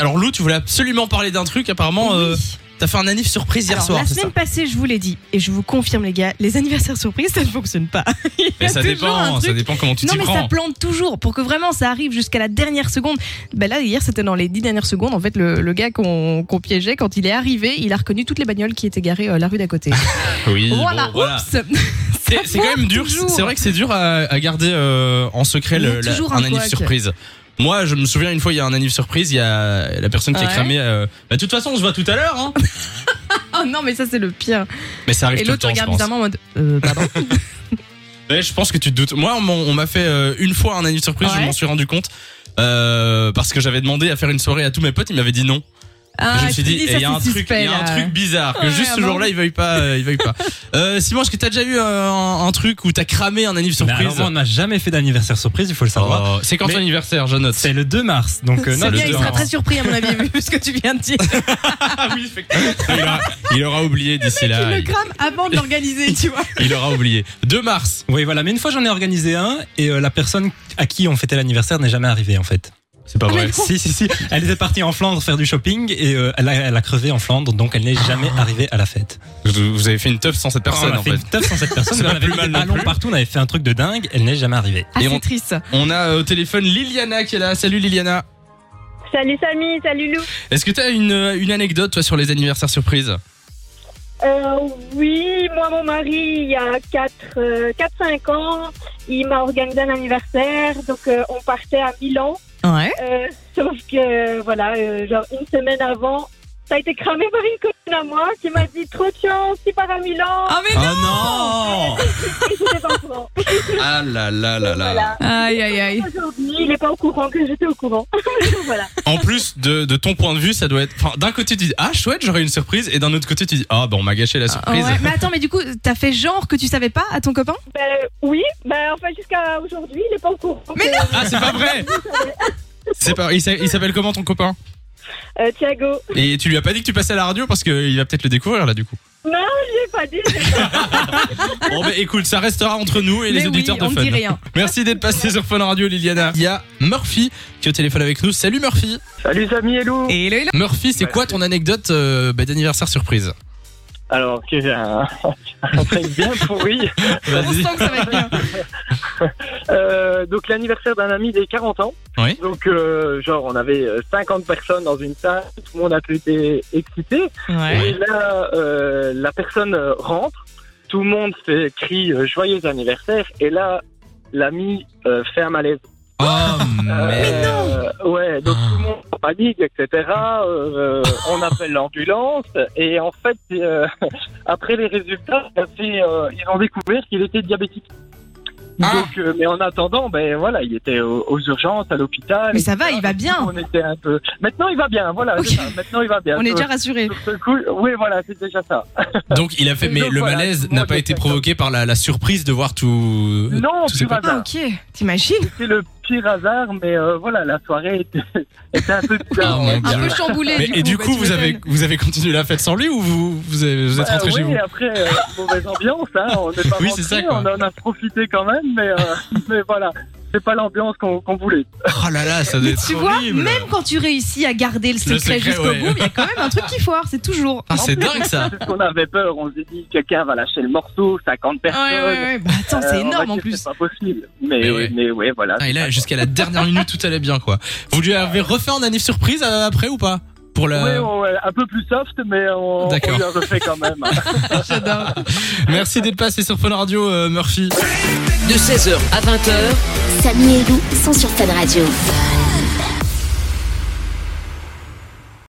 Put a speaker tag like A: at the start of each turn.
A: Alors Lou, tu voulais absolument parler d'un truc, apparemment euh, t'as fait un anniv surprise hier
B: Alors,
A: soir,
B: la
A: c'est ça
B: semaine passée, je vous l'ai dit, et je vous confirme, les gars, les anniversaires surprises, ça ne fonctionne pas. Il y
A: Mais
B: a
A: ça
B: toujours un
A: dépend,
B: truc-
A: ça dépend comment tu
B: non,
A: t'y
B: mais ça
A: prends.
B: plante toujours pour que vraiment ça arrive jusqu'à la dernière seconde. Ben là, hier, c'était dans les dix dernières secondes. En fait, le, le gars qu'on qu'on piégeait, quand il est arrivé, il a reconnu toutes les bagnoles qui étaient garées euh, la rue d'à côté.
A: hein. Oui, bon,
B: voilà,
A: voilà.
B: oups
A: C'est c'est quand même dur,
B: toujours.
A: c'est vrai que c'est dur à, à garder euh, en secret
B: Il y a
A: le, la-
B: toujours
A: un
B: un
A: anniv
B: couac.
A: surprise. Moi, je me souviens une fois, il y a un anniv surprise, il y a la personne qui a
B: Ouais.
A: cramé. euh, bah, de toute façon, on se voit tout à l'heure. Hein.
B: Oh non, mais ça, c'est le pire.
A: Mais ça arrive
B: Et
A: tout le
B: l'autre te
A: temps, je
B: regarde
A: pense.
B: bizarrement en mode. Euh, pardon.
A: Ouais, je pense que tu te doutes. Moi, on m'en- on m'a fait euh, une fois un anniv surprise, je
B: Ouais.
A: m'en suis rendu compte. euh, parce que j'avais demandé à faire une soirée à tous mes potes, ils m'avaient dit non.
B: Ah,
A: je me suis
B: tu
A: dit,
B: dis,
A: eh,
B: ça,
A: il y a
B: c'est
A: un truc, il
B: suspect,
A: y a un
B: là.
A: truc bizarre que
B: Ouais,
A: juste ce
B: avant.
A: jour-là, il veuille pas, euh, il veuille pas. Euh, Simon, est-ce que t'as déjà eu euh, un, un truc où t'as cramé un anniversaire
C: Mais
A: surprise
C: alors, moi, on n'a jamais fait d'anniversaire surprise, il faut le savoir.
A: Oh, C'est quand
C: Mais-
A: ton anniversaire, je note.
C: C'est le 2 mars, donc euh,
B: C'est
C: non, le
B: bien, il
C: 2
B: sera
C: mars.
B: très surpris, à mon avis, vu ce que tu viens de dire.
A: Ah oui, effectivement. il, aura, il aura oublié d'ici
B: Il
A: là.
B: le
A: Il,
B: crame avant de l'organiser, tu vois.
A: il aura oublié. 2 mars.
C: Oui, voilà, mais une fois j'en ai organisé un et euh, la personne à qui on fêtait l'anniversaire n'est jamais arrivée en fait.
A: C'est pas vrai.
C: Si, si, si. Elle était partie en Flandre faire du shopping et euh, elle, a, elle a crevé en Flandre, donc elle n'est jamais arrivée à la fête.
A: Vous vous avez fait une teuf sans cette Oh. personne
C: Ah, on a
A: en
C: fait
A: fait.
C: une teuf sans cette personne,
A: C'est
C: mais
A: pas
C: on avait
A: plus
C: mis
A: mal
C: des
A: non
C: ballons
A: plus.
C: partout, on avait fait un truc de dingue, elle n'est jamais arrivée.
B: Ah,
A: Et on-
B: c'est triste.
A: On a euh, au téléphone Liliana qui est là. Salut Liliana.
D: Salut Samy, salut Lou.
A: Est-ce que t'as une, euh, une anecdote toi sur les anniversaires surprises
D: Euh, oui, moi mon mari, il y a 4-5 ans, il m'a organisé un anniversaire, donc euh, on partait à Milan.
B: Ouais.
D: Euh, sauf que voilà, euh, genre une semaine avant, ça a été cramé par une copine à moi qui m'a dit trop de chance, tu pars à Milan.
B: Ah, mais
C: Oh
B: non
C: non
D: Et j'étais pas au courant.
A: Ah oh. là là là là.
D: Voilà.
B: Aïe, aïe, aïe.
D: Aujourd'hui, il est pas au courant que j'étais au courant. voilà.
A: En plus de, de ton point de vue, ça doit être. Enfin, d'un côté tu dis ah chouette j'aurais une surprise et d'un autre côté tu dis ah bah on m'a gâché la surprise.
B: Ouais, mais attends, mais du coup, t'as fait genre que tu savais pas à ton copain
D: Ben oui, ben enfin jusqu'à aujourd'hui, il est pas au courant.
B: Mais
D: que-
A: Ah, c'est pas vrai C'est pas il s'a- il s'appelle comment ton copain
D: Euh, Thiago,
A: Et tu lui as pas dit que tu passais à la radio parce qu'il va peut-être le découvrir là du coup.
D: j'ai pas dit.
A: Bon bah écoute, ça restera entre nous et les
B: Mais
A: auditeurs
B: oui,
A: de
B: on
A: Fun.
B: dit rien.
A: Merci d'être passé sur Fun Radio Liliana. Il y a Murphy qui est au téléphone avec nous. Salut Murphy.
E: Salut Samy et Lou
B: Et le- le-
A: Murphy, c'est
E: Bah,
A: quoi ton anecdote euh, bah, d'anniversaire surprise
E: Alors, que j'ai un, Euh, un truc bien pourri.
B: on sent que ça va être bien.
E: Euh, donc, l'anniversaire d'un ami des 40 ans.
A: Oui.
E: Donc, euh, genre, on avait euh, 50 personnes dans une salle, tout le monde a pu être excité.
B: Ouais.
E: Et là, euh, la personne euh, rentre, tout le monde fait, crie euh, joyeux anniversaire, et là, l'ami euh, fait un malaise.
A: Oh merde.
E: non euh, Ouais, donc
A: Ah.
E: tout le monde en panique, etc. Euh, on appelle l'ambulance et en fait, euh, après les résultats, ça fait, euh, ils ont découvert qu'il était diabétique.
A: Ah.
E: Donc, euh, mais en attendant, ben voilà, il était au- aux, urgences, à l'hôpital.
B: Mais ça
E: etc.
B: va, il va bien.
E: On était un peu. Maintenant, il va bien. Voilà,
B: Ok.
E: c'est ça. maintenant il va bien.
B: On est
E: Sur-
B: déjà rassurés.
E: sur ce coup, oui, voilà, c'est déjà ça.
A: Donc il a fait, mais
E: Donc,
A: le
E: voilà,
A: malaise
E: moi,
A: n'a pas
E: j'ai
A: été
E: fait
A: provoqué par la, la surprise de voir tout.
E: Non,
A: tout s'est
E: tout va
B: Ah
E: bien.
B: ok, t'imagines
E: C'est le pire hasard, mais euh, voilà, la soirée était, était un peu
A: Ah,
E: bizarre.
A: mon Dieu.
B: Un peu chamboulé.
A: Mais-
B: du
A: et du
B: bah,
A: coup,
B: tu
A: vous avez,
B: m'étonnes.
A: vous avez continué la fête sans lui ou vous, vous, avez- vous êtes
E: Bah
A: rentré
E: oui,
A: chez vous
E: après, euh, mauvaise ambiance, hein, on n'est pas
A: Oui, c'est
E: rentré,
A: ça, quoi.
E: on en a profité quand même, mais, euh, mais voilà, c'est pas l'ambiance qu'on qu'on voulait.
A: Oh là là, ça doit
B: Mais
A: être
B: tu vois,
A: horrible.
B: même quand tu réussis à garder le secret,
A: secret,
B: jusqu'au
A: ouais.
B: bout, il y a quand même un truc qui foire, c'est toujours.
A: Ah, c'est dingue ça.
E: C'est ce qu'on avait peur, on s'est dit, quelqu'un va lâcher le morceau, 50
B: Ouais,
E: personnes.
B: ouais, ouais. Bah, attends,
E: euh,
B: c'est
E: on va
B: énorme en
E: dire,
B: plus.
E: C'est pas possible, mais,
A: Mais ouais.
E: mais, ouais. voilà.
A: Ah, et là, jusqu'à la dernière minute, tout allait bien, quoi. Vous lui avez refait un annif surprise euh, après ou pas Pour
E: Ouais,
A: la.
E: ouais, un peu plus soft, mais on, on
A: D'accord.
E: lui a refait quand même. hein.
B: J'adore.
A: Merci d'être passé sur Fun Radio, euh, Murphy.
F: de 16h à 20h.
G: Samy et Lou sont sur Fun Radio.